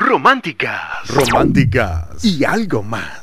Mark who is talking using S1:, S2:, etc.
S1: románticas
S2: románticas
S1: y algo más.